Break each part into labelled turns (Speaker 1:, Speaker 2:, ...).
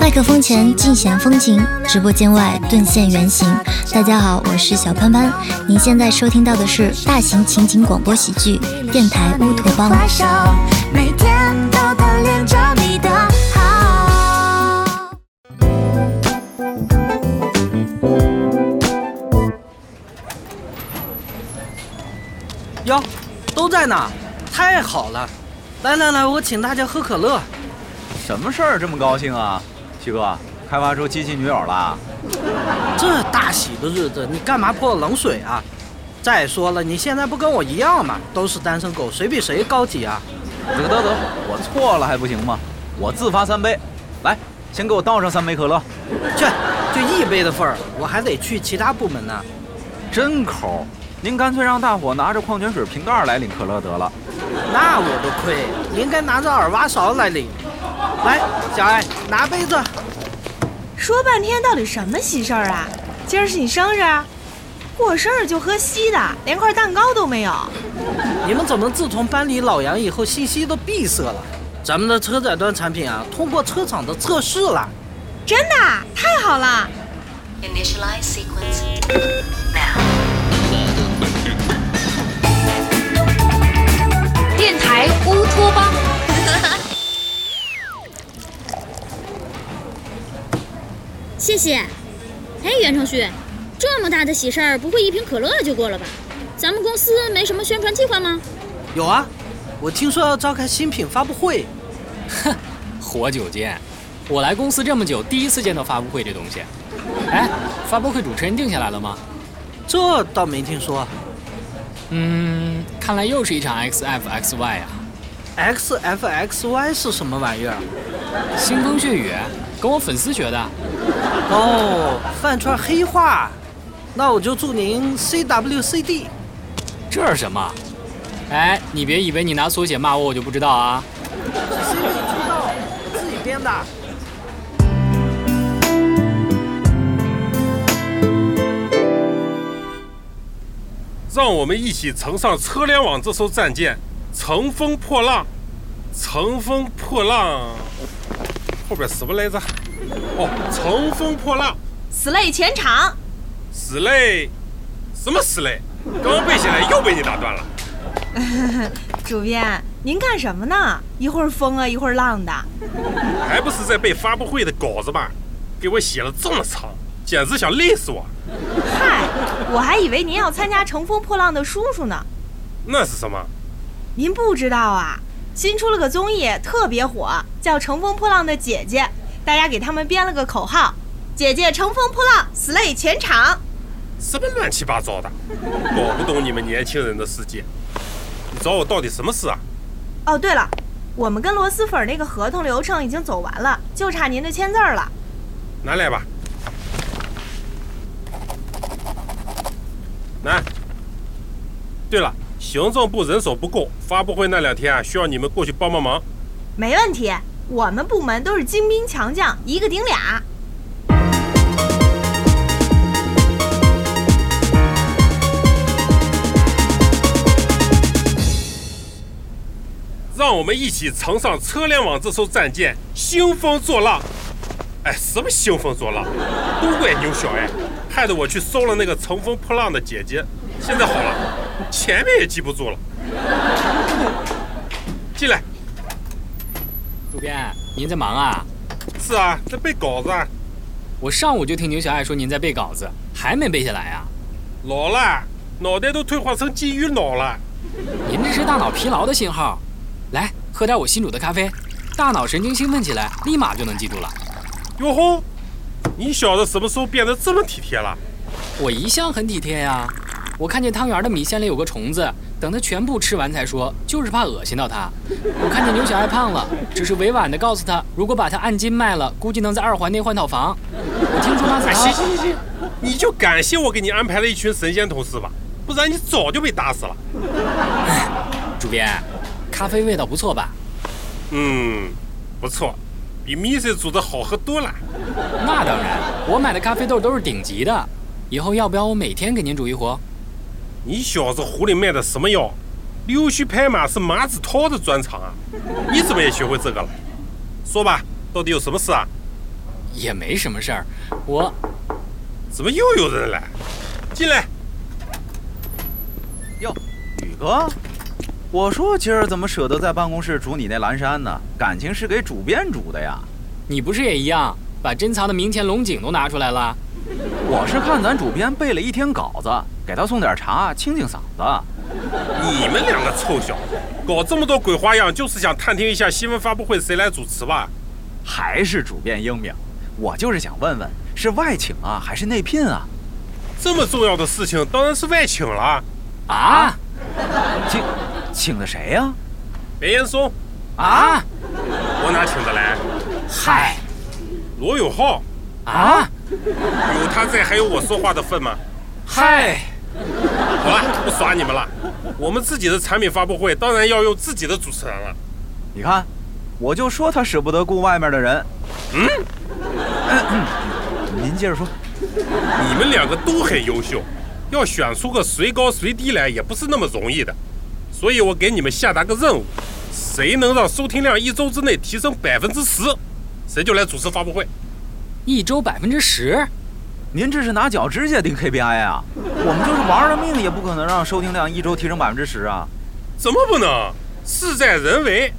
Speaker 1: 麦克风前尽显风情，直播间外顿现原形。大家好，我是小潘潘，您现在收听到的是大型情景广播喜剧电台乌托邦。每天都等恋着你的好。
Speaker 2: 哟，都在呢，太好了！来来来，我请大家喝可乐。
Speaker 3: 什么事儿这么高兴啊，七哥？开发出机器女友了？
Speaker 2: 这大喜的日子，你干嘛泼冷水啊？再说了，你现在不跟我一样吗？都是单身狗，谁比谁高级啊？
Speaker 3: 得得得，我错了还不行吗？我自罚三杯，来，先给我倒上三杯可乐。
Speaker 2: 去，就一杯的份儿，我还得去其他部门呢。
Speaker 3: 真抠，您干脆让大伙拿着矿泉水瓶盖来领可乐得了。
Speaker 2: 那我的亏，你应该拿着耳挖勺来领。来，小艾，拿杯子。
Speaker 4: 说半天到底什么喜事儿啊？今儿是你生日，啊过生日就喝稀的，连块蛋糕都没有。
Speaker 2: 你们怎么自从搬离老杨以后，信息都闭塞了？咱们的车载端产品啊，通过车厂的测试了。
Speaker 4: 真的，啊太好了！
Speaker 5: Initialize sequence now.
Speaker 6: 电台乌托邦。
Speaker 7: 谢谢。哎，袁成旭，这么大的喜事儿，不会一瓶可乐就过了吧？咱们公司没什么宣传计划吗？
Speaker 2: 有啊，我听说要召开新品发布会。
Speaker 8: 活久见，我来公司这么久，第一次见到发布会这东西。哎，发布会主持人定下来了吗？
Speaker 2: 这倒没听说。
Speaker 8: 嗯，看来又是一场 XFXY 啊，
Speaker 2: X F X Y 是什么玩意儿？
Speaker 8: 腥风血雨，跟我粉丝学的。
Speaker 2: 哦，饭圈黑话。那我就祝您 C W C D。
Speaker 8: 这是什么？哎，你别以为你拿缩写骂我，我就不知道啊。
Speaker 2: 谁没知道？自己编的。
Speaker 9: 让我们一起乘上车联网这艘战舰，乘风破浪，乘风破浪，后边什么来着？哦，乘风破浪，
Speaker 4: 死累全场，
Speaker 9: 死嘞，什么死嘞？刚刚背下来又被你打断了。
Speaker 4: 主编，您干什么呢？一会儿风啊，一会儿浪的。
Speaker 9: 还不是在背发布会的稿子吗？给我写了这么长，简直想累死我！
Speaker 4: 嗨，我还以为您要参加《乘风破浪的叔叔》呢。
Speaker 9: 那是什么？
Speaker 4: 您不知道啊，新出了个综艺，特别火，叫《乘风破浪的姐姐》，大家给他们编了个口号：“姐姐乘风破浪，死累全场。
Speaker 9: 什么乱七八糟的，搞不懂你们年轻人的世界。你找我到底什么事啊？”
Speaker 4: 哦，对了，我们跟螺蛳粉那个合同流程已经走完了，就差您的签字儿了。
Speaker 9: 拿来吧。拿。对了，行政部人手不够，发布会那两天啊，需要你们过去帮帮忙。
Speaker 4: 没问题，我们部门都是精兵强将，一个顶俩。
Speaker 9: 让我们一起乘上车联网这艘战舰，兴风作浪。哎，什么兴风作浪？都怪牛小爱，害得我去搜了那个乘风破浪的姐姐。现在好了，前面也记不住了。进来。
Speaker 8: 主编，您在忙啊？
Speaker 9: 是啊，这背稿子啊，
Speaker 8: 我上午就听牛小爱说您在背稿子，还没背下来啊？
Speaker 9: 老了，脑袋都退化成金鱼脑了。
Speaker 8: 您这是大脑疲劳的信号。来，喝点我新煮的咖啡，大脑神经兴奋起来，立马就能记住了。
Speaker 9: 哟吼，你小子什么时候变得这么体贴了？
Speaker 8: 我一向很体贴呀、我看见汤圆的米线里有个虫子，等它全部吃完才说，就是怕恶心到它。我看见牛小爱胖了，只是委婉地告诉他，如果把它按斤卖了，估计能在二环内换套房。我听说马子
Speaker 9: 哎，行
Speaker 8: 涛，
Speaker 9: 行行行，你就感谢我给你安排了一群神仙同事吧，不然你早就被打死了。
Speaker 8: 主编，咖啡味道不错吧？
Speaker 9: 嗯，不错，比米水煮的好喝多了。
Speaker 8: 那当然，我买的咖啡豆都是顶级的。以后要不要我每天给您煮一壶？
Speaker 9: 你小子壶里卖的什么药？溜须拍马是马子涛的专长啊！你怎么也学会这个了？说吧，到底有什么事啊？
Speaker 8: 也没什么事儿。我
Speaker 9: 怎么又有人来？进来，
Speaker 3: 哟，宇哥，我说今儿怎么舍得在办公室煮你那蓝山呢？感情是给主编煮的呀。
Speaker 8: 你不是也一样，把珍藏的明前龙井都拿出来了？
Speaker 3: 我是看咱主编背了一天稿子，给他送点茶清清嗓子。
Speaker 9: 你们两个臭小子，搞这么多鬼花样，就是想探听一下新闻发布会谁来主持吧？
Speaker 3: 还是主编英明，我就是想问问，是外请啊，还是内聘啊？
Speaker 9: 这么重要的事情，当然是外请了。
Speaker 8: 啊
Speaker 3: 请请的谁呀、
Speaker 9: 梅延松，
Speaker 8: 啊
Speaker 9: 我哪请得来？
Speaker 8: 嗨
Speaker 9: 罗永浩，
Speaker 8: 啊
Speaker 9: 有他在，还有我说话的份吗？
Speaker 8: 嗨！
Speaker 9: 好了，不耍你们了。我们自己的产品发布会，当然要用自己的主持人了。
Speaker 3: 你看，我就说他舍不得雇外面的人。嗯，您接着说。
Speaker 9: 你们两个都很优秀，要选出个谁高谁低来也不是那么容易的。所以我给你们下达个任务，谁能让收听量一周之内提升百分之十，谁就来主持发布会。
Speaker 8: 一周百分之十，
Speaker 3: 您这是拿脚指甲定 KPI 啊？我们就是玩了命也不可能让收听量一周提升百分之十啊！
Speaker 9: 怎么不能？事在人为，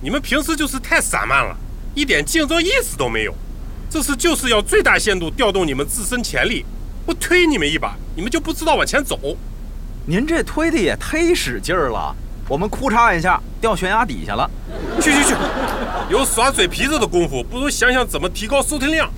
Speaker 9: 你们平时就是太散漫了，一点竞争意识都没有。这次就是要最大限度调动你们自身潜力，不推你们一把，你们就不知道往前走。
Speaker 3: 您这推的也忒使劲儿了，我们哭嚓一下掉悬崖底下了。
Speaker 9: 去去去，有耍嘴皮子的功夫，不如想想怎么提高收听量。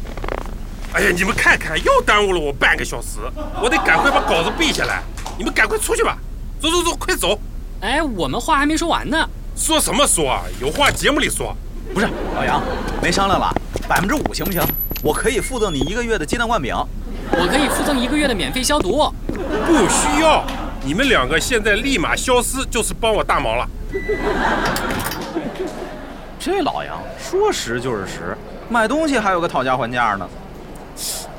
Speaker 9: 哎呀，你们看看，又耽误了我半个小时，我得赶快把稿子背下来。你们赶快出去吧，走走走，快走！
Speaker 8: 哎，我们话还没说完呢。
Speaker 9: 说什么说啊？有话节目里说。
Speaker 3: 不是老杨，没商量了，百分之五行不行？我可以附赠你一个月的鸡蛋灌饼。
Speaker 8: 我可以附赠一个月的免费消毒。
Speaker 9: 不需要，你们两个现在立马消失，就是帮我大忙了。
Speaker 3: 这老杨说实就是实，买东西还有个讨价还价呢。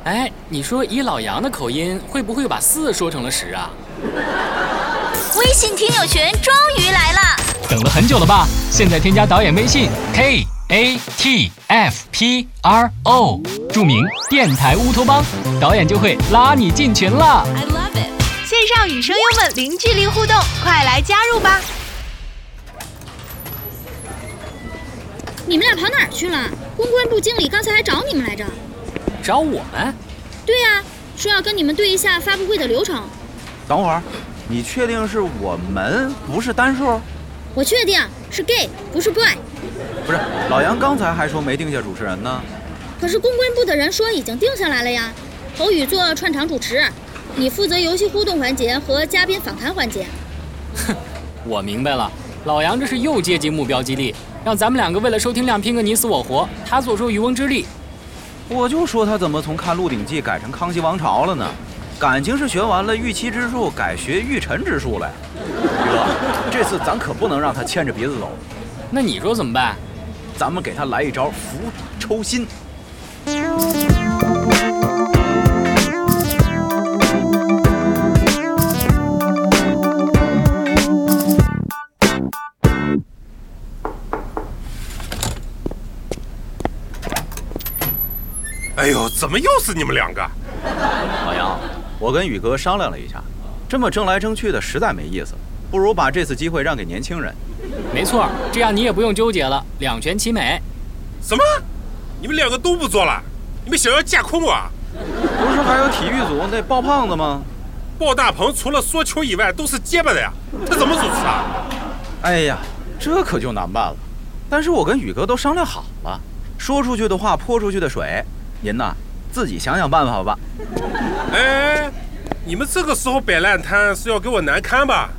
Speaker 8: 哎，你说以老杨的口音，会不会把四说成了十啊？
Speaker 6: 微信听友群终于来了，
Speaker 8: 等了很久了吧？现在添加导演微信 k a t f p r o，注明“电台乌托邦”，导演就会拉你进群了。
Speaker 4: 线上与声优们零距离互动，快来加入吧！
Speaker 7: 你们俩跑哪儿去了？公关部经理刚才还找你们来着。
Speaker 8: 找我们？
Speaker 7: 对呀、说要跟你们对一下发布会的流程。
Speaker 3: 等会儿，你确定是我们不是单数？
Speaker 7: 我确定是 gay，不是 boy。
Speaker 3: 不是，老杨刚才还说没定下主持人呢。
Speaker 7: 可是公关部的人说已经定下来了呀。侯宇做串场主持，你负责游戏互动环节和嘉宾访谈环节。
Speaker 8: 我明白了，老杨这是又接近目标激励，让咱们两个为了收听量拼个你死我活。他所说渔翁之利，
Speaker 3: 我就说他怎么从看《鹿鼎记》改成《康熙王朝》了呢？感情是学完了御妻之术，改学御臣之术了呀。宇哥，这次咱可不能让他牵着鼻子走，
Speaker 8: 那你说怎么办？
Speaker 3: 咱们给他来一招釜底抽薪。
Speaker 9: 哎呦，怎么又是你们两个？
Speaker 3: 老杨，我跟宇哥商量了一下，这么争来争去的实在没意思，不如把这次机会让给年轻人。
Speaker 8: 没错，这样你也不用纠结了，两全其美。
Speaker 9: 什么？你们两个都不做了？你们想要架空我啊？
Speaker 3: 不是还有体育组那抱胖子吗？
Speaker 9: 鲍大鹏除了说球以外都是结巴的呀，他怎么主持啊？
Speaker 3: 哎呀，这可就难办了。但是我跟宇哥都商量好了，说出去的话泼出去的水，您呐自己想想办法吧。
Speaker 9: 哎，你们这个时候摆烂摊是要给我难堪吧？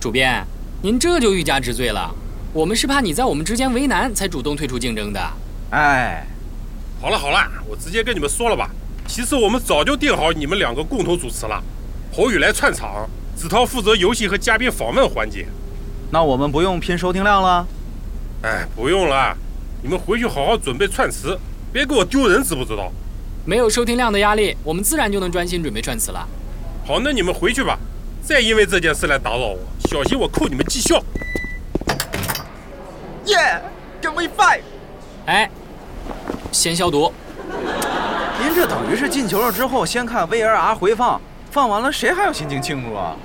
Speaker 8: 主编，您这就欲加之罪了。我们是怕你在我们之间为难，才主动退出竞争的。
Speaker 3: 哎，
Speaker 9: 好了好了，我直接跟你们说了吧。其实我们早就定好你们两个共同主持了，侯宇来串场，子韬负责游戏和嘉宾访问环节。
Speaker 3: 那我们不用拼收听量了。
Speaker 9: 哎，不用了，你们回去好好准备串词，别给我丢人，知不知道？
Speaker 8: 没有收听量的压力，我们自然就能专心准备串词了。
Speaker 9: 好，那你们回去吧，再因为这件事来打扰我，小心我扣你们绩效。
Speaker 3: Yeah，give me five。
Speaker 8: 哎，先消毒。
Speaker 3: 您这等于是进球了之后先看 VAR 回放，放完了谁还有心情庆祝啊？